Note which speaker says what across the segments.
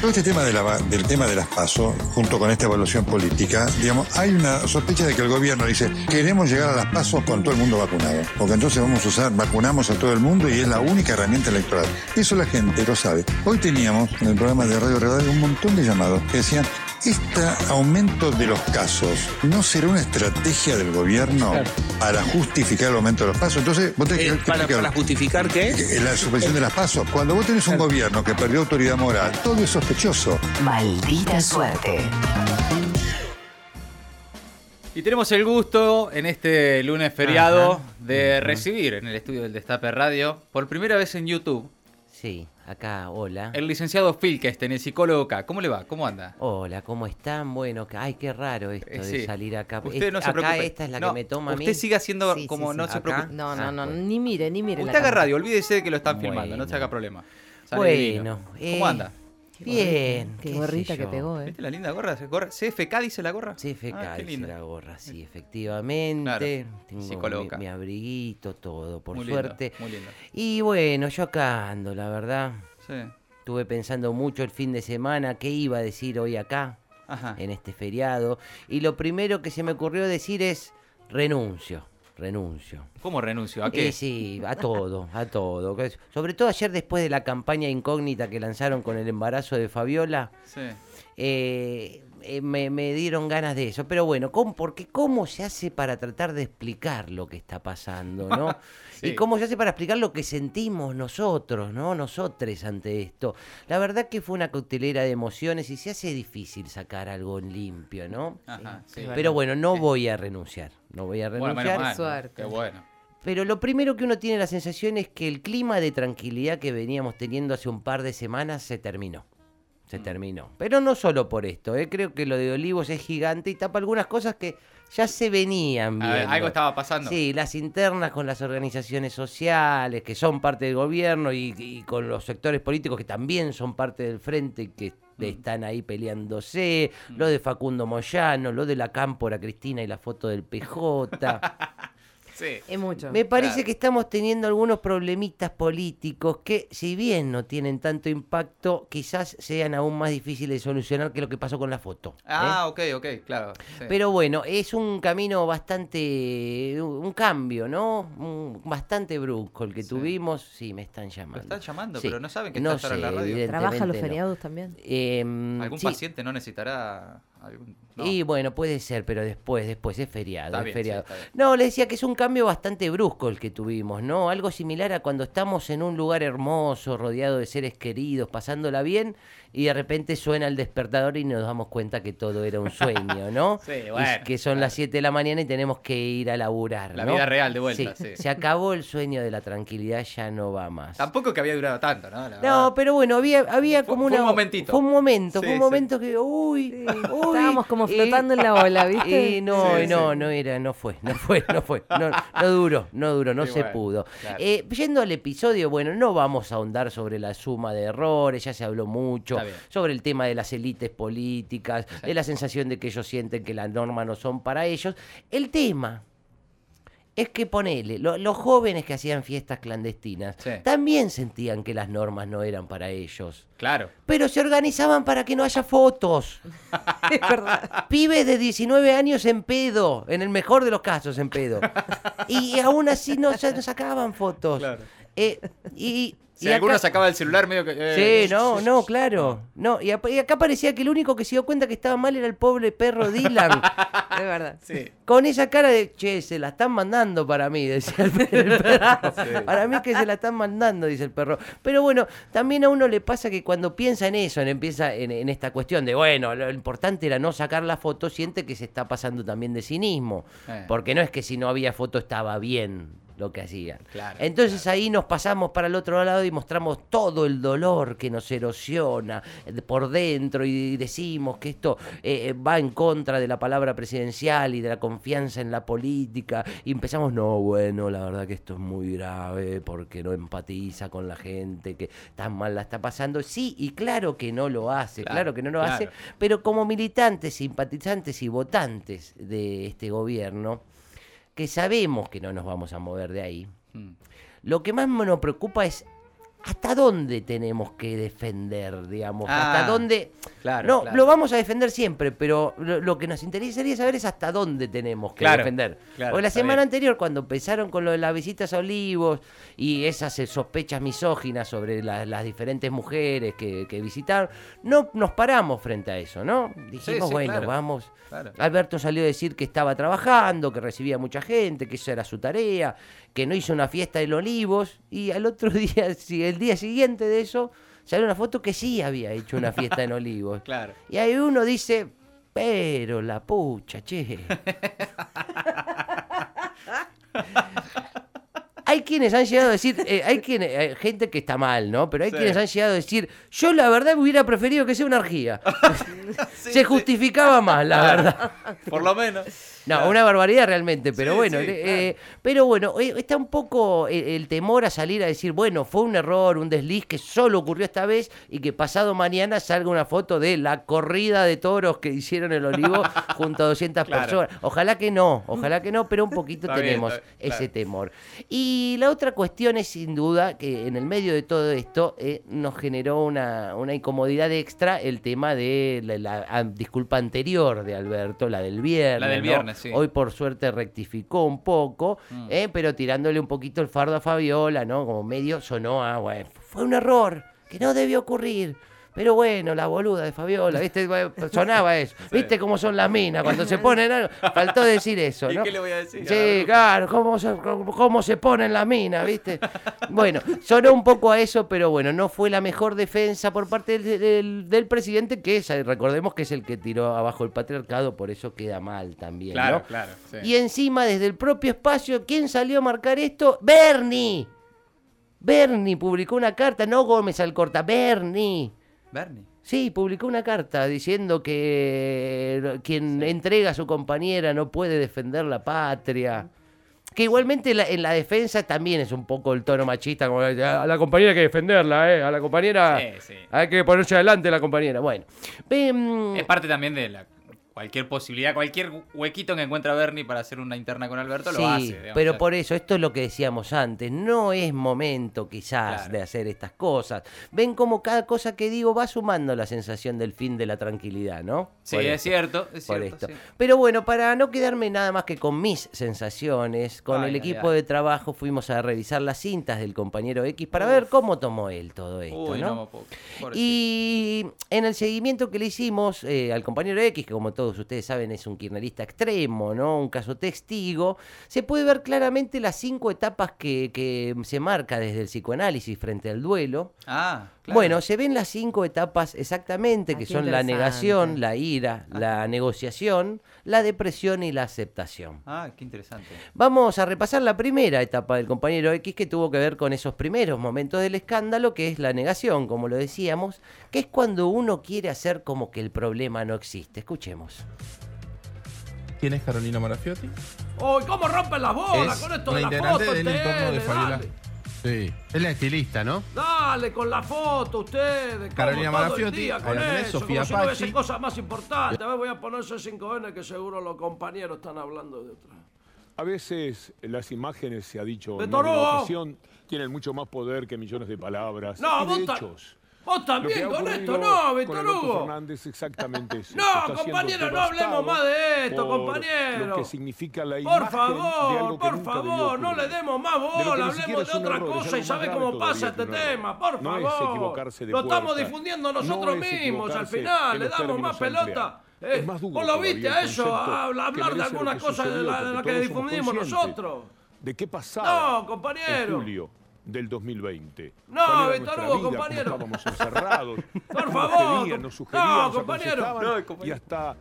Speaker 1: todo este tema de la- del tema de las PASO, junto con esta evaluación política, digamos, hay una sospecha de que el gobierno dice, queremos llegar a las PASO con todo el mundo vacunado, porque entonces vamos a usar, vacunamos a todo el mundo y es la única herramienta electoral. Eso la gente lo sabe. Hoy teníamos en el programa de Radio Redal un montón de llamados que decían, este aumento de los casos no será una estrategia del gobierno
Speaker 2: Claro.
Speaker 1: para justificar el aumento de los pasos. Entonces, vos tenés que
Speaker 3: Eh, para,
Speaker 1: explicar-
Speaker 3: para justificar que
Speaker 1: eh, La supresión de las pasos. Cuando vos tenés un gobierno que perdió autoridad moral, todo es sospechoso.
Speaker 4: Maldita suerte.
Speaker 2: Y tenemos el gusto en este lunes feriado de recibir en el estudio del Destape Radio, por primera vez en YouTube,
Speaker 5: Sí, acá, hola.
Speaker 2: el licenciado Filkestein, el psicólogo K. ¿Cómo le va? ¿Cómo anda?
Speaker 5: Hola, ¿cómo están? Bueno, que- ay, qué raro esto
Speaker 2: Eh,
Speaker 5: de
Speaker 2: sí.
Speaker 5: salir acá.
Speaker 2: Usted
Speaker 5: Es-
Speaker 2: no se
Speaker 5: acá
Speaker 2: preocupe.
Speaker 5: esta es la
Speaker 2: No,
Speaker 5: que me toma a mí.
Speaker 2: usted siga haciendo
Speaker 5: Sí, sí,
Speaker 2: como-
Speaker 5: sí,
Speaker 2: no se
Speaker 5: acá.
Speaker 2: preocupe.
Speaker 6: No,
Speaker 5: Ah,
Speaker 6: no, no,
Speaker 5: bueno.
Speaker 6: ni mire, ni mire. la
Speaker 2: Usted haga
Speaker 6: cámara.
Speaker 2: radio, olvídese de que lo están filmando, no
Speaker 5: Bueno.
Speaker 2: se haga problema. Sale divino.
Speaker 5: Bueno, eh,
Speaker 2: ¿Cómo anda?
Speaker 5: Bien.
Speaker 6: Qué
Speaker 5: sé
Speaker 6: gorrita que
Speaker 5: yo.
Speaker 6: pegó, eh.
Speaker 2: ¿Viste la linda gorra? Gorra- ¿CFK dice la gorra?
Speaker 5: CFK,
Speaker 2: Ah, qué
Speaker 5: dice
Speaker 2: linda.
Speaker 5: la gorra, sí, efectivamente. Tengo mi,
Speaker 2: psicóloga.
Speaker 5: mi abriguito, todo, por
Speaker 2: Muy lindo,
Speaker 5: suerte.
Speaker 2: muy lindo.
Speaker 5: Y bueno, yo acá ando, la verdad.
Speaker 2: Sí.
Speaker 5: Estuve pensando mucho el fin de semana, qué iba a decir hoy acá,
Speaker 2: Ajá.
Speaker 5: en este feriado. Y lo primero que se me ocurrió decir es renuncio, renuncio.
Speaker 2: ¿Cómo renuncio? ¿A qué?
Speaker 5: Y Eh, sí, a todo, a todo. Que es- Sobre todo ayer después de la campaña incógnita que lanzaron con el embarazo de Fabiola,
Speaker 2: Sí.
Speaker 5: eh, eh, me, me dieron ganas de eso. Pero bueno, ¿cómo, porque cómo se hace para tratar de explicar lo que está pasando, ¿no?
Speaker 2: Sí.
Speaker 5: Y cómo se hace para explicar lo que sentimos nosotros, ¿no? Nosotres ante esto. La verdad que fue una coctelera de emociones y se hace difícil sacar algo en limpio, ¿no?
Speaker 2: Ajá, sí.
Speaker 5: Pero bueno, no
Speaker 2: Sí.
Speaker 5: voy a renunciar. No voy
Speaker 2: Ah,
Speaker 5: a
Speaker 2: eh. Bueno,
Speaker 5: renunciar.
Speaker 2: menos mal, ¿no?
Speaker 6: suerte.
Speaker 2: Qué bueno.
Speaker 5: Pero lo primero que uno tiene la sensación es que el clima de tranquilidad que veníamos teniendo hace un par de semanas se terminó.
Speaker 2: Mm.
Speaker 5: Se terminó. Pero no solo por esto, ¿eh? creo que lo de Olivos es gigante y tapa algunas cosas que ya se venían
Speaker 2: A ver,
Speaker 5: viendo.
Speaker 2: Ah, algo estaba pasando.
Speaker 5: Sí, las internas con las organizaciones sociales que son parte del gobierno y, y con los sectores políticos que también son parte del frente y que
Speaker 2: Mm.
Speaker 5: están ahí peleándose, lo de Facundo Moyano, lo de la cámpora Cristina y la foto del PJ.
Speaker 2: Sí.
Speaker 6: Es mucho.
Speaker 5: Me parece
Speaker 2: Claro.
Speaker 5: que estamos teniendo algunos problemitas políticos que, si bien no tienen tanto impacto, quizás sean aún más difíciles de solucionar que lo que pasó con la foto. ¿eh?
Speaker 2: Ah, ok, ok, claro. sí.
Speaker 5: Pero bueno, es un camino bastante, un cambio, ¿no? Un- Bastante brusco el que
Speaker 2: Sí.
Speaker 5: tuvimos. Sí, me están llamando.
Speaker 2: Lo están llamando,
Speaker 5: Sí.
Speaker 2: pero no saben que
Speaker 5: No
Speaker 2: está ahora en la
Speaker 5: sé,
Speaker 2: radio.
Speaker 5: evidente-
Speaker 6: ¿Trabaja los
Speaker 5: evidentemente no.
Speaker 6: feriados también?
Speaker 5: Em,
Speaker 2: ¿Algún
Speaker 5: sí,
Speaker 2: paciente no necesitará algún.? no.
Speaker 5: Y bueno, puede ser, pero después, después es feriado,
Speaker 2: Está
Speaker 5: es
Speaker 2: bien, sí,
Speaker 5: feriado.
Speaker 2: está bien.
Speaker 5: no, le decía que es un cambio bastante brusco el que tuvimos, ¿no? Algo similar a cuando estamos en un lugar hermoso, rodeado de seres queridos, pasándola bien, y de repente suena el despertador y nos damos cuenta que todo era un sueño, ¿no?
Speaker 2: Sí,
Speaker 5: Y
Speaker 2: bueno,
Speaker 5: que son las 7 de la mañana y tenemos que ir a laburar.
Speaker 2: La
Speaker 5: ¿no?
Speaker 2: vida real de vuelta, sí.
Speaker 5: Se acabó el sueño de la tranquilidad, ya no va más.
Speaker 2: Tampoco que había durado tanto, ¿no? La verdad.
Speaker 5: No, pero bueno, había, había
Speaker 2: Fue-
Speaker 5: como
Speaker 2: fue
Speaker 5: una.
Speaker 2: un momentito.
Speaker 5: Fue un momento,
Speaker 2: Sí,
Speaker 5: fue un
Speaker 2: sí.
Speaker 5: momento que. Uy, uy,
Speaker 6: Estábamos como
Speaker 5: y-
Speaker 6: flotando en la ola, ¿viste?
Speaker 5: y no,
Speaker 2: Sí,
Speaker 5: y no, no era, no fue, no fue, no fue, no, no duró, no duró, no
Speaker 2: Y
Speaker 5: se
Speaker 2: bueno,
Speaker 5: pudo.
Speaker 2: claro.
Speaker 5: Eh, yendo al episodio, bueno, no vamos a ahondar sobre la suma de errores, ya se habló mucho
Speaker 2: Está bien.
Speaker 5: sobre el tema de las élites políticas, de la sensación de que ellos sienten que las normas no son para ellos. El tema es que ponele, lo- los jóvenes que hacían fiestas clandestinas
Speaker 2: Sí.
Speaker 5: también sentían que las normas no eran para ellos.
Speaker 2: Claro.
Speaker 5: Pero se organizaban para que no haya fotos.
Speaker 6: Es verdad.
Speaker 5: Pibes de 19 años en pedo, en el mejor de los casos en pedo. Y aún así no, sa- no sacaban fotos.
Speaker 2: Claro.
Speaker 5: Eh, y,
Speaker 2: Si
Speaker 5: y acá-
Speaker 2: alguno sacaba el celular, medio que. eh,
Speaker 5: Sí, no, no, claro. No, y, ap- y acá parecía que el único que se dio cuenta que estaba mal era el pobre perro Dylan.
Speaker 6: Es verdad.
Speaker 2: Sí.
Speaker 5: Con esa cara de, che, se la están mandando para mí, decía el el perro. Para mí que se la están mandando, dice el perro. Pero bueno, también a uno le pasa que cuando piensa en eso, en, empieza en, en esta cuestión de, bueno, lo importante era no sacar la foto, siente que se está pasando también de cinismo.
Speaker 2: Eh.
Speaker 5: Porque no es que si no había foto estaba bien lo que hacía.
Speaker 2: Claro,
Speaker 5: Entonces ahí nos pasamos para el otro lado y mostramos todo el dolor que nos erosiona eh, de- por dentro y decimos que esto eh, eh, va en contra de la palabra presidencial y de la confianza en la política y empezamos, no, bueno, la verdad que esto es muy grave porque no empatiza con la gente que tan mal la está pasando. Sí, y claro que no lo hace,
Speaker 2: Claro,
Speaker 5: claro, que no lo
Speaker 2: claro.
Speaker 5: hace, pero como militantes, simpatizantes y votantes de este gobierno, que sabemos que no nos vamos a mover de ahí,
Speaker 2: Mm.
Speaker 5: lo que más me nos preocupa es ¿Hasta dónde tenemos que defender, digamos?
Speaker 2: Ah,
Speaker 5: ¿Hasta dónde?
Speaker 2: claro,
Speaker 5: no,
Speaker 2: claro.
Speaker 5: lo vamos a defender siempre, pero lo, lo que nos interesaría saber es hasta dónde tenemos que
Speaker 2: Claro,
Speaker 5: defender.
Speaker 2: claro,
Speaker 5: Porque la
Speaker 2: está
Speaker 5: semana
Speaker 2: bien.
Speaker 5: anterior, cuando empezaron con lo de las visitas a Olivos y esas eh, sospechas misóginas sobre la- las diferentes mujeres que, que visitaron, no nos paramos frente a eso, ¿no? Dijimos,
Speaker 2: sí,
Speaker 5: bueno,
Speaker 2: claro.
Speaker 5: vamos.
Speaker 2: Claro.
Speaker 5: Alberto salió a decir que estaba trabajando, que recibía mucha gente, que esa era su tarea, que no hizo una fiesta en Olivos. Y al otro día, si- el día siguiente de eso, salió una foto que sí había hecho una fiesta en Olivos.
Speaker 2: Claro.
Speaker 5: Y ahí uno dice, pero la pucha, che. Hay quienes han llegado a decir, eh, hay, quienes, hay gente que está mal, ¿no? Pero hay
Speaker 2: Sí.
Speaker 5: quienes han llegado a decir, yo la verdad hubiera preferido que sea una orgía.
Speaker 2: Sí,
Speaker 5: Se
Speaker 2: sí.
Speaker 5: justificaba más, la
Speaker 2: Claro.
Speaker 5: verdad.
Speaker 2: Por lo menos.
Speaker 5: No, una barbaridad realmente, pero
Speaker 2: Sí,
Speaker 5: bueno,
Speaker 2: sí,
Speaker 5: eh, pero bueno, eh, está un poco el, el temor a salir a decir, bueno, fue un error, un desliz que solo ocurrió esta vez y que pasado mañana salga una foto de la corrida de toros que hicieron el olivo junto a 200
Speaker 2: Claro.
Speaker 5: personas. Ojalá que no, ojalá que no, pero un poquito
Speaker 2: Está bien,
Speaker 5: tenemos
Speaker 2: está bien,
Speaker 5: ese
Speaker 2: claro.
Speaker 5: temor. Y la otra cuestión es sin duda que en el medio de todo esto eh, nos generó una, una incomodidad extra el tema de la, la- ah, disculpa anterior de Alberto, la del viernes.
Speaker 2: La del
Speaker 5: ¿no?
Speaker 2: viernes, sí. Mm.
Speaker 5: Hoy por suerte rectificó un poco, eh, pero tirándole un poquito el fardo a Fabiola, ¿no? Como medio sonó a, bueno, fue un error que no debió ocurrir. Pero bueno, la boluda de Fabiola, ¿viste? Bueno, Sonaba eso. ¿Viste cómo son las minas cuando se ponen algo? Faltó decir eso,
Speaker 2: ¿Y
Speaker 5: ¿no?
Speaker 2: qué le voy a decir?
Speaker 5: Sí, claro, cómo se, cómo se pone en la mina, ¿viste? Bueno, sonó un poco a eso, pero bueno, no fue la mejor defensa por parte del, del- del presidente, que es, recordemos que es el que tiró abajo el patriarcado, por eso queda mal también,
Speaker 2: Claro,
Speaker 5: ¿no?
Speaker 2: claro. sí.
Speaker 5: Y encima, desde el propio espacio, ¿quién salió a marcar esto? ¡Bernie! Bernie publicó una carta, no Gómez Alcorta, Bernie.
Speaker 2: Bernie.
Speaker 5: Sí, publicó una carta diciendo que eh, quien entrega a su compañera no puede defender la patria. Que igualmente la- en la defensa también es un poco el tono machista, como a la compañera hay que defenderla, ¿eh? a la compañera
Speaker 2: Sí, sí.
Speaker 5: hay que ponerse adelante la compañera. Bueno, Ve, mm,
Speaker 2: Es parte también de la cualquier posibilidad, cualquier huequito que encuentra Bernie para hacer una interna con Alberto
Speaker 5: sí,
Speaker 2: lo hace. digamos,
Speaker 5: pero
Speaker 2: ya
Speaker 5: por eso, esto es lo que decíamos antes, no es momento quizás
Speaker 2: Claro.
Speaker 5: de hacer estas cosas. Ven como cada cosa que digo va sumando la sensación del fin de la tranquilidad, ¿no?
Speaker 2: Sí,
Speaker 5: Por
Speaker 2: es
Speaker 5: eso.
Speaker 2: cierto, es
Speaker 5: por
Speaker 2: cierto.
Speaker 5: esto.
Speaker 2: sí.
Speaker 5: Pero bueno, para no quedarme nada más que con mis sensaciones, con
Speaker 2: Ay,
Speaker 5: el
Speaker 2: ay,
Speaker 5: equipo
Speaker 2: ay.
Speaker 5: de trabajo fuimos a revisar las cintas del compañero X para ver cómo tomó él todo esto,
Speaker 2: Uy,
Speaker 5: ¿no?
Speaker 2: no, me puedo- pobrecito.
Speaker 5: Y en el seguimiento que le hicimos eh, al compañero X, que como todos ustedes saben es un kirchnerista extremo, ¿no? Un caso testigo, se puede ver claramente las cinco etapas que, que se marca desde el psicoanálisis frente al duelo.
Speaker 2: Ah, claro.
Speaker 5: Bueno, se ven las cinco etapas exactamente,
Speaker 6: Ah,
Speaker 5: que
Speaker 6: qué
Speaker 5: son la negación,
Speaker 6: interesante. Ah.
Speaker 5: la ira, la negociación, la depresión y la aceptación.
Speaker 2: Ah, qué interesante.
Speaker 5: Vamos a repasar la primera etapa del compañero X que tuvo que ver con esos primeros momentos del escándalo, que es la negación, como lo decíamos, que es cuando uno quiere hacer como que el problema no existe. Escuchemos.
Speaker 3: ¿Quién es Carolina Marafiotti?
Speaker 7: ¡Uy, cómo rompen las bolas
Speaker 3: es
Speaker 7: con esto
Speaker 3: una
Speaker 7: de la
Speaker 3: integrante
Speaker 7: foto!
Speaker 3: del entorno de
Speaker 7: ustedes!
Speaker 3: Fabiola.
Speaker 7: dale,
Speaker 8: Sí, es la estilista, ¿no?
Speaker 7: dale con la foto ustedes.
Speaker 3: Carolina
Speaker 7: como todo el
Speaker 3: Marafiotti,
Speaker 7: día con
Speaker 3: Ana Andrés,
Speaker 7: eso,
Speaker 3: Sofía
Speaker 7: como si no hubiese
Speaker 3: Pachi.
Speaker 7: cosas más importantes. A ver, voy a poner C5N que seguro los compañeros están hablando de otra.
Speaker 9: A veces las imágenes, se ha dicho
Speaker 7: ¡De
Speaker 9: en más de una
Speaker 7: Toro!
Speaker 9: ocasión, tienen mucho más poder que millones de palabras
Speaker 7: No,
Speaker 9: y de
Speaker 7: vos, ta-
Speaker 9: hechos.
Speaker 7: vos
Speaker 9: Lo que
Speaker 7: también
Speaker 9: ha
Speaker 7: con esto,
Speaker 9: ocurrido
Speaker 7: no,
Speaker 9: con
Speaker 7: Víctor
Speaker 9: Alberto
Speaker 7: Hugo.
Speaker 9: Fernández exactamente es eso.
Speaker 7: No,
Speaker 9: Está siendo
Speaker 7: compañero, no hablemos
Speaker 9: devastado
Speaker 7: más de esto,
Speaker 9: por
Speaker 7: compañero.
Speaker 9: Lo que significa la
Speaker 7: Por
Speaker 9: imagen de
Speaker 7: favor,
Speaker 9: algo que
Speaker 7: por
Speaker 9: nunca debió
Speaker 7: favor, no le
Speaker 9: ocurrir.
Speaker 7: demos más
Speaker 9: De lo que ni
Speaker 7: bola, hablemos
Speaker 9: siquiera es
Speaker 7: de
Speaker 9: un
Speaker 7: otra
Speaker 9: error, es
Speaker 7: cosa y
Speaker 9: algo más
Speaker 7: sabe
Speaker 9: grave
Speaker 7: cómo
Speaker 9: todavía
Speaker 7: pasa
Speaker 9: que
Speaker 7: este
Speaker 9: un error.
Speaker 7: tema, por
Speaker 9: No es
Speaker 7: favor.
Speaker 9: equivocarse de
Speaker 7: Lo estamos
Speaker 9: puerta.
Speaker 7: difundiendo
Speaker 9: No
Speaker 7: nosotros
Speaker 9: es
Speaker 7: mismos al
Speaker 9: equivocarse
Speaker 7: final,
Speaker 9: en
Speaker 7: le
Speaker 9: los
Speaker 7: damos más
Speaker 9: términos a
Speaker 7: pelota.
Speaker 9: emplear.
Speaker 7: Eh,
Speaker 9: Es más duro
Speaker 7: vos lo
Speaker 9: todavía
Speaker 7: viste
Speaker 9: el
Speaker 7: a eso,
Speaker 9: concepto
Speaker 7: a habla-
Speaker 9: que
Speaker 7: hablar de
Speaker 9: merece lo
Speaker 7: algunas
Speaker 9: que
Speaker 7: cosas de
Speaker 9: sucedió,
Speaker 7: la, de la
Speaker 9: porque
Speaker 7: que
Speaker 9: todos somos
Speaker 7: difundimos
Speaker 9: conscientes
Speaker 7: nosotros.
Speaker 9: ¿De qué pasaba?
Speaker 7: No, compañero.
Speaker 9: En julio del 2020.
Speaker 7: No,
Speaker 9: ¿Cuál era
Speaker 7: Víctor
Speaker 9: nuestra
Speaker 7: Hugo,
Speaker 9: vida? ¿Cómo
Speaker 7: compañero.
Speaker 9: Estábamos encerrados.
Speaker 7: Por
Speaker 9: ¿Cómo
Speaker 7: favor,
Speaker 9: pedían,
Speaker 7: com-
Speaker 9: nos sugerían,
Speaker 7: no,
Speaker 9: nos
Speaker 7: compañero.
Speaker 9: aconsejaban?
Speaker 2: No, compañero.
Speaker 9: Y hasta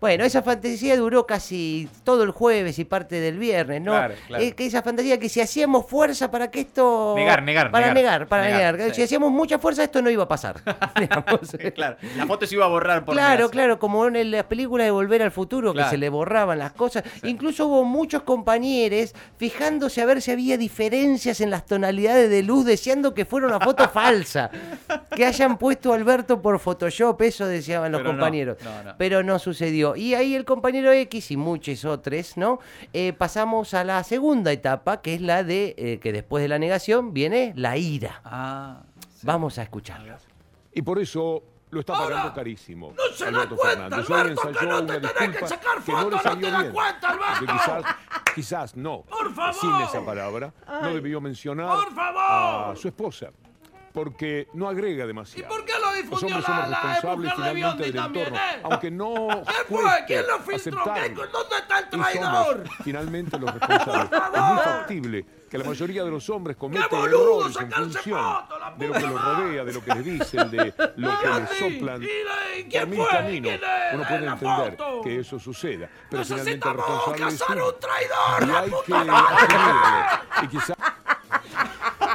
Speaker 5: Bueno, esa fantasía duró casi todo el jueves y parte del viernes, ¿no?
Speaker 2: Claro, claro.
Speaker 5: Eh, que esa fantasía que si hacíamos fuerza para que esto...
Speaker 2: Negar, negar,
Speaker 5: Para
Speaker 2: negar.
Speaker 5: negar, para negar.
Speaker 2: Negar, sí.
Speaker 5: Si hacíamos mucha fuerza, esto no iba a pasar. digamos.
Speaker 2: Eh, claro, la foto se iba a borrar por
Speaker 5: Claro,
Speaker 2: negarse.
Speaker 5: claro, como en las películas de Volver al Futuro,
Speaker 2: Claro.
Speaker 5: que se le borraban las cosas. Incluso hubo muchos compañeros fijándose a ver si había diferencias en las tonalidades de luz, deseando que fuera una foto falsa. Que hayan puesto a Alberto por Photoshop, eso deseaban los
Speaker 2: Pero no,
Speaker 5: compañeros.
Speaker 2: no, no.
Speaker 5: Pero no sucedió. Bueno, y ahí el compañero X y muchos otros, ¿no? Eh, pasamos a la segunda etapa, que es la de eh, que después de la negación viene la ira.
Speaker 2: Ah, sí.
Speaker 5: Vamos a escucharlo.
Speaker 9: Y por eso lo está
Speaker 7: Ahora,
Speaker 9: pagando carísimo.
Speaker 7: No se da
Speaker 9: Alberto
Speaker 7: cuenta,
Speaker 9: Fernández. Hoy
Speaker 7: Alberto, que
Speaker 9: ensayó
Speaker 7: no
Speaker 9: una
Speaker 7: te tenés que
Speaker 9: disculpa
Speaker 7: sacar
Speaker 9: que no le
Speaker 7: fotos, no
Speaker 9: salió
Speaker 7: te das
Speaker 9: bien.
Speaker 7: cuenta,
Speaker 9: Que
Speaker 7: Alberto.
Speaker 9: quizás, quizás no.
Speaker 7: Por favor.
Speaker 9: Sin esa palabra, no debió mencionar
Speaker 7: Por favor.
Speaker 9: a su esposa. Porque no agrega
Speaker 7: ¿Y
Speaker 9: demasiado.
Speaker 7: por qué lo
Speaker 9: Los
Speaker 7: difundió
Speaker 9: hombres
Speaker 7: la,
Speaker 9: somos
Speaker 7: la
Speaker 9: responsables
Speaker 7: mujer de
Speaker 9: finalmente
Speaker 7: Biondi
Speaker 9: del
Speaker 7: también,
Speaker 9: entorno.
Speaker 7: eh?
Speaker 9: Aunque no.
Speaker 7: ¿Quién fue?
Speaker 9: cueste
Speaker 7: ¿Quién lo filtró? ¿Qué-
Speaker 9: aceptarlo.
Speaker 7: ¿Dónde está el
Speaker 9: Y somos
Speaker 7: traidor?
Speaker 9: finalmente los responsables. es muy factible que la mayoría de los hombres cometen
Speaker 7: ¡Qué boludo!
Speaker 9: errores en
Speaker 7: ¡Sacarse
Speaker 9: función
Speaker 7: foto, la
Speaker 9: de lo
Speaker 7: puta
Speaker 9: que los
Speaker 7: madre!
Speaker 9: rodea, de lo que les dicen, de lo que les
Speaker 7: Biondi,
Speaker 9: soplan.
Speaker 7: ¿y la- y
Speaker 9: Por
Speaker 7: quién
Speaker 9: mil
Speaker 7: fue?
Speaker 9: caminos
Speaker 7: ¿Quién es
Speaker 9: uno puede
Speaker 7: la
Speaker 9: entender
Speaker 7: foto?
Speaker 9: que eso suceda, pero finalmente el
Speaker 7: Necesitamos
Speaker 9: responsable es
Speaker 7: cazar
Speaker 9: uno.
Speaker 7: un traidor.
Speaker 9: Y
Speaker 7: la
Speaker 9: hay
Speaker 7: puta
Speaker 9: que
Speaker 7: madre.
Speaker 9: asumirlo. Y quizás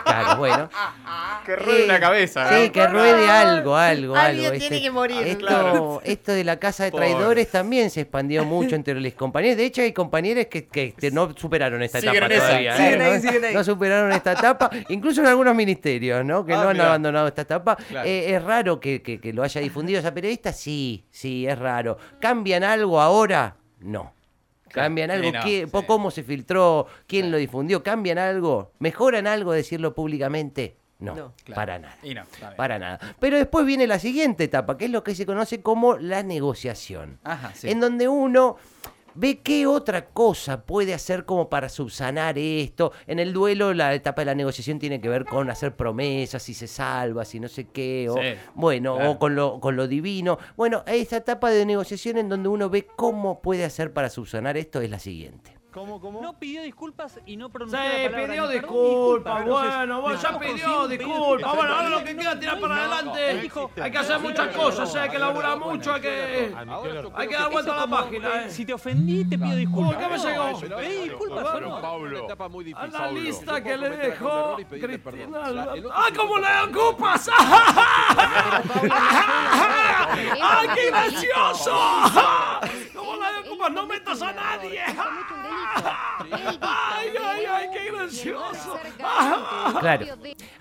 Speaker 5: Claro, bueno.
Speaker 2: Que ruede
Speaker 5: Eh,
Speaker 2: la cabeza.
Speaker 5: Sí,
Speaker 2: ¿eh?
Speaker 5: que ruede algo, algo,
Speaker 6: Alguien
Speaker 5: algo. este.
Speaker 6: tiene que morir.
Speaker 5: Esto,
Speaker 2: Claro.
Speaker 5: esto de la casa de
Speaker 2: Pobre.
Speaker 5: traidores también se expandió mucho entre los compañeros. De hecho, hay compañeros que, que este, no superaron esta
Speaker 2: Siguen
Speaker 5: etapa
Speaker 2: en esa,
Speaker 5: todavía.
Speaker 6: siguen
Speaker 5: ¿eh?
Speaker 6: ahí,
Speaker 5: no,
Speaker 6: siguen ahí.
Speaker 5: no superaron esta etapa. Incluso en algunos ministerios, ¿no? Que
Speaker 2: Ah,
Speaker 5: no han
Speaker 2: mirá.
Speaker 5: abandonado esta etapa.
Speaker 2: Claro.
Speaker 5: Eh, es raro que, que- que lo haya difundido esa periodista. Sí, sí, es raro. ¿Cambian algo ahora? No.
Speaker 2: Claro.
Speaker 5: ¿Cambian algo?
Speaker 2: Sí, no,
Speaker 5: ¿Qué-
Speaker 2: sí.
Speaker 5: po- ¿Cómo se filtró? ¿Quién lo difundió? ¿Cambian algo? ¿Mejoran algo decirlo públicamente? No,
Speaker 6: No.
Speaker 2: Claro.
Speaker 5: para nada.
Speaker 2: Y no, está bien.
Speaker 5: Para nada. Pero después viene la siguiente etapa, que es lo que se conoce como la negociación.
Speaker 2: Ajá, Ah, sí.
Speaker 5: En donde uno ve qué otra cosa puede hacer como para subsanar esto. En el duelo, la etapa de la negociación tiene que ver con hacer promesas, si se salva, si no sé qué, o
Speaker 2: Sí,
Speaker 5: bueno,
Speaker 2: claro.
Speaker 5: o con lo, con lo divino. Bueno, esta etapa de negociación en donde uno ve cómo puede hacer para subsanar esto es la siguiente.
Speaker 10: No pidió disculpas y no
Speaker 7: Sí,
Speaker 10: pronunció la palabra.
Speaker 7: pidió
Speaker 10: ni perdón ni
Speaker 7: disculpas,
Speaker 10: Entonces,
Speaker 7: bueno, vos ya
Speaker 10: estamos
Speaker 7: pidió
Speaker 10: consiguiendo pedir
Speaker 7: disculpas. Bueno, ahora lo que
Speaker 10: No,
Speaker 7: queda es tirar para
Speaker 10: no, él
Speaker 7: adelante.
Speaker 10: dijo-
Speaker 7: Hay que hacer muchas cosas, eh, hay que laburar mucho, hay que... Hay que dar
Speaker 10: Eso
Speaker 7: vuelta a la
Speaker 10: como,
Speaker 7: página,
Speaker 10: eh,
Speaker 7: eh.
Speaker 10: Si te ofendí, te pido disculpas.
Speaker 7: ¿qué me llegó?
Speaker 10: Pedí disculpas, ¿no?
Speaker 7: A la lista que le dejó Cristina Alberto. ¡Ah, cómo le ocupas! ¡Ah, qué gracioso! ¡Cómo le ocupas! ¡No metas a nadie! ¡Ay, ay, ay, qué gracioso!
Speaker 5: Claro.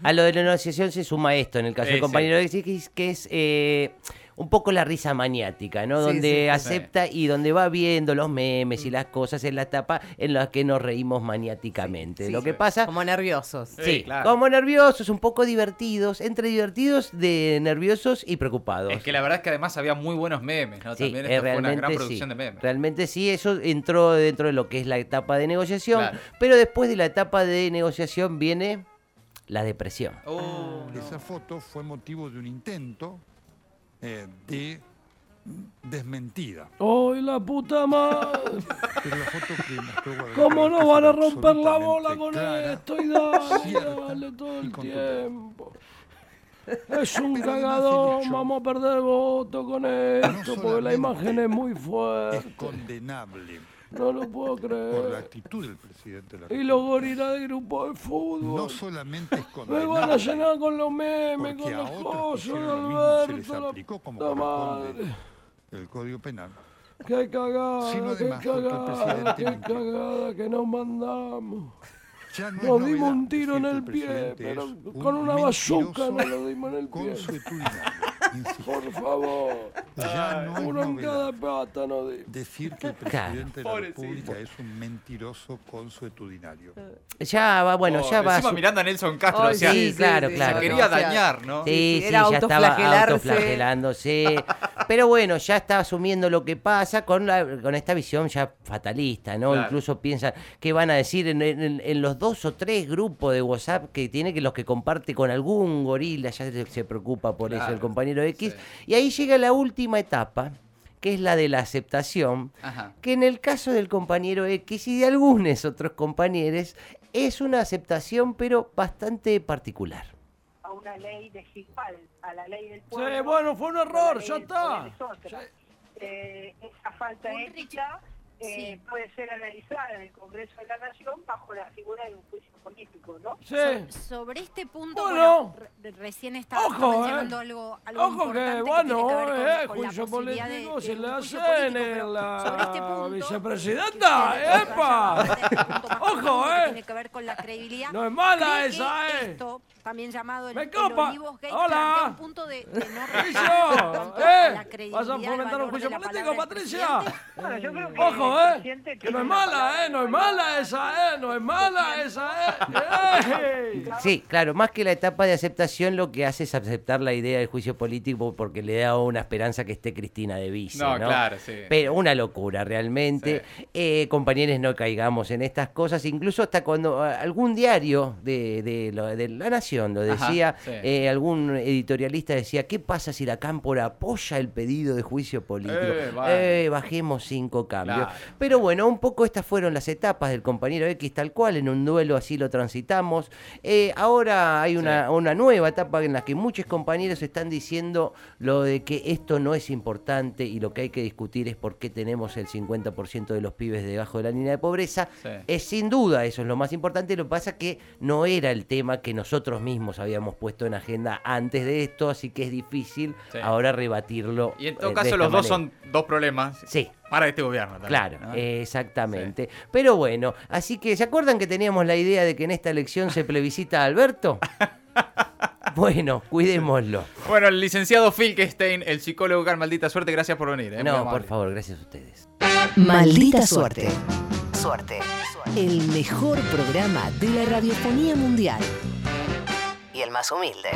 Speaker 5: A lo de la negociación se suma esto, en el caso
Speaker 2: Eh, Sí,
Speaker 5: del compañero Exigis, que es eh, un poco la risa maniática, ¿no?
Speaker 6: Sí,
Speaker 5: donde
Speaker 6: sí.
Speaker 5: acepta y donde va viendo los memes
Speaker 2: Mm.
Speaker 5: y las cosas en la etapa en las que nos reímos maniáticamente.
Speaker 6: Sí,
Speaker 5: lo
Speaker 6: sí.
Speaker 5: que pasa...
Speaker 6: Como nerviosos.
Speaker 5: Sí,
Speaker 2: Sí, claro.
Speaker 5: como nerviosos, un poco divertidos, entre divertidos, de nerviosos y preocupados.
Speaker 2: Es que la verdad es que además había muy buenos memes, ¿no?
Speaker 5: Sí,
Speaker 2: También
Speaker 5: eh,
Speaker 2: esto fue una
Speaker 5: realmente
Speaker 2: gran
Speaker 5: sí.
Speaker 2: producción de memes.
Speaker 5: Realmente sí, eso entró dentro de lo que es la etapa de negociación,
Speaker 2: Claro.
Speaker 5: pero después de la etapa de negociación viene la depresión.
Speaker 2: Oh, no.
Speaker 1: Esa foto fue motivo de un intento eh, de desmentida.
Speaker 7: ¡Ay, la puta madre!
Speaker 1: Pero la foto que mostró Guadalupe Blanco
Speaker 7: ¿Cómo no van a
Speaker 1: fue
Speaker 7: romper la
Speaker 1: absolutamente
Speaker 7: bola con
Speaker 1: clara.
Speaker 7: esto? Y dale,
Speaker 1: cierta
Speaker 7: dale todo
Speaker 1: y
Speaker 7: el
Speaker 1: contundente.
Speaker 7: tiempo. Es
Speaker 1: Pero
Speaker 7: un
Speaker 1: además el
Speaker 7: cagadón,
Speaker 1: hecho
Speaker 7: vamos a perder voto con esto, porque la
Speaker 1: Ah, solamente
Speaker 7: imagen es muy
Speaker 1: Es
Speaker 7: fuerte.
Speaker 1: condenable
Speaker 7: No lo puedo
Speaker 1: por la
Speaker 7: creer.
Speaker 1: actitud del presidente de la
Speaker 7: Y los
Speaker 1: República.
Speaker 7: gorilas del grupo de
Speaker 1: No
Speaker 7: fútbol.
Speaker 1: solamente es
Speaker 7: Me van a
Speaker 1: condenable
Speaker 7: llenar con los
Speaker 1: porque
Speaker 7: memes, con
Speaker 1: a
Speaker 7: las
Speaker 1: otros
Speaker 7: cosas,
Speaker 1: que hicieron lo mismo se les
Speaker 7: Alberto, la
Speaker 1: aplicó como
Speaker 7: puta
Speaker 1: corresponde
Speaker 7: madre.
Speaker 1: el Código Penal.
Speaker 7: Qué cagada,
Speaker 1: Sino
Speaker 7: qué
Speaker 1: además porque el
Speaker 7: cagada,
Speaker 1: presidente
Speaker 7: qué
Speaker 1: mintió.
Speaker 7: cagada que nos mandamos.
Speaker 1: Ya no es
Speaker 7: Nos dimos
Speaker 1: novedad
Speaker 7: un tiro en
Speaker 1: decir que
Speaker 7: el pie,
Speaker 1: presidente
Speaker 7: pero
Speaker 1: es un
Speaker 7: con una bazooka nos
Speaker 1: mentiroso
Speaker 7: lo dimos en el pie.
Speaker 1: Consuetudinario. Insisto,
Speaker 7: Por favor,
Speaker 1: ya no es
Speaker 7: uno en cada
Speaker 1: novedad
Speaker 7: pata nos dimos.
Speaker 1: decir que el
Speaker 5: Claro.
Speaker 1: presidente de la República es un mentiroso consuetudinario.
Speaker 5: Ya va, bueno,
Speaker 2: Oh,
Speaker 5: ya va.
Speaker 2: encima
Speaker 5: su- Oh,
Speaker 2: mirando a Nelson Castro,
Speaker 6: Ay,
Speaker 2: o sea,
Speaker 5: sí,
Speaker 6: sí,
Speaker 5: claro,
Speaker 6: sí,
Speaker 5: claro.
Speaker 2: se
Speaker 5: no.
Speaker 2: quería
Speaker 6: o sea,
Speaker 2: dañar, ¿no?
Speaker 5: Sí, sí,
Speaker 6: Era
Speaker 5: ya estaba
Speaker 6: autoflagelarse.
Speaker 5: autoflagelándose. Pero bueno, ya está asumiendo lo que pasa con, la, con esta visión ya fatalista, ¿no?
Speaker 2: Claro.
Speaker 5: Incluso piensan que van a decir en, en- en los dos o tres grupos de WhatsApp que tiene, que los que comparte con algún gorila, ya se, se preocupa por eso
Speaker 2: Claro,
Speaker 5: el compañero X.
Speaker 2: sí.
Speaker 5: Y ahí llega la última etapa, que es la de la aceptación,
Speaker 2: Ajá.
Speaker 5: que en el caso del compañero X y de algunos otros compañeros, es una aceptación pero bastante particular.
Speaker 11: a una ley desigual, a la ley del pueblo.
Speaker 7: Sí, bueno, fue un
Speaker 11: a la
Speaker 7: error,
Speaker 11: ley
Speaker 7: ya
Speaker 11: del
Speaker 7: está.
Speaker 11: poder es otra. Eh, esa falta ética eh, puede ser analizada en el Congreso de la Nación bajo la figura de un juicio político, ¿no?
Speaker 7: Sí.
Speaker 10: Sobre este punto,
Speaker 7: Bueno.
Speaker 10: bueno, re- recién estaba
Speaker 7: Ojo, eh.
Speaker 10: mencionando algo, algo
Speaker 7: Ojo
Speaker 10: importante
Speaker 7: que,
Speaker 10: que
Speaker 7: bueno,
Speaker 10: tiene que ver con, con
Speaker 7: eh,
Speaker 10: la
Speaker 7: juicio
Speaker 10: posibilidad de-
Speaker 7: político
Speaker 10: de
Speaker 7: se
Speaker 10: un
Speaker 7: le
Speaker 10: juicio
Speaker 7: hace en
Speaker 10: político, pero sobre este
Speaker 7: la
Speaker 10: punto,
Speaker 7: vicepresidenta.
Speaker 10: que tiene que ver-
Speaker 7: ¡Epa!
Speaker 10: este punto más profundo
Speaker 7: Ojo,
Speaker 10: que
Speaker 7: eh.
Speaker 10: Tiene que ver con la credibilidad.
Speaker 7: No es mala
Speaker 10: ¿Cree que
Speaker 7: esa, eh.
Speaker 10: Esto, también llamado el,
Speaker 7: Me
Speaker 10: el
Speaker 7: copa.
Speaker 10: Olivos Gate,
Speaker 7: Hola.
Speaker 10: plantea un punto de, de no
Speaker 7: yo?
Speaker 10: tanto
Speaker 7: Eh.
Speaker 10: a la credibilidad.
Speaker 7: Vas a fomentar un juicio político, Patricia.
Speaker 11: Bueno, yo creo que
Speaker 7: Ojo,
Speaker 11: el
Speaker 7: ¿eh?
Speaker 11: presidente
Speaker 7: Que
Speaker 11: tiene
Speaker 7: no es
Speaker 11: una
Speaker 7: mala,
Speaker 11: palabra
Speaker 7: ¿eh? No es mala esa, ¿eh? No es mala esa, ¿eh? ¡Ey!
Speaker 5: Sí, claro, más que la etapa de aceptación, lo que hace es aceptar la idea del juicio político porque le da una esperanza que esté Cristina de vice.
Speaker 2: No,
Speaker 5: No,
Speaker 2: claro, sí.
Speaker 5: Pero una locura, realmente. Eh, compañeros, no caigamos en estas cosas. Incluso hasta cuando ah, algún diario de, de lo- de La Nación lo
Speaker 2: Ajá,
Speaker 5: decía,
Speaker 2: sí.
Speaker 5: eh, algún editorialista decía: ¿Qué pasa si la Cámpora apoya el pedido de juicio político?
Speaker 2: Eh, bueno.
Speaker 5: Eh, bajemos cinco cambios.
Speaker 2: Claro.
Speaker 5: Pero bueno, un poco estas fueron las etapas del compañero X tal cual, en un duelo así lo transitamos. Eh, ahora hay una, una nueva etapa en la que muchos compañeros están diciendo lo de que esto no es importante y lo que hay que discutir es por qué tenemos el 50% de los pibes debajo de la línea de pobreza.
Speaker 2: Sí.
Speaker 5: Es sin duda, eso es lo más importante. Lo que pasa que no era el tema que nosotros mismos habíamos puesto en agenda antes de esto, así que es difícil
Speaker 2: Sí.
Speaker 5: ahora rebatirlo.
Speaker 2: Y en
Speaker 5: eh,
Speaker 2: todo
Speaker 5: de
Speaker 2: caso,
Speaker 5: esta
Speaker 2: los dos
Speaker 5: manera.
Speaker 2: son dos problemas
Speaker 5: Sí.
Speaker 2: para este gobierno. también,
Speaker 5: Claro, eh.
Speaker 2: ¿no?
Speaker 5: exactamente. Pero bueno, así que ¿se acuerdan que teníamos la idea de que en esta elección se plebiscita a Alberto? bueno, cuidémoslo.
Speaker 2: Bueno, el licenciado Phil Kestein, el psicólogo Carl, maldita suerte, gracias por venir. ¿eh? Muy
Speaker 5: No,
Speaker 2: amable.
Speaker 5: por favor, gracias a ustedes.
Speaker 4: Maldita suerte.
Speaker 10: Suerte.
Speaker 4: El mejor programa de la radiofonía mundial.
Speaker 10: Y el más humilde.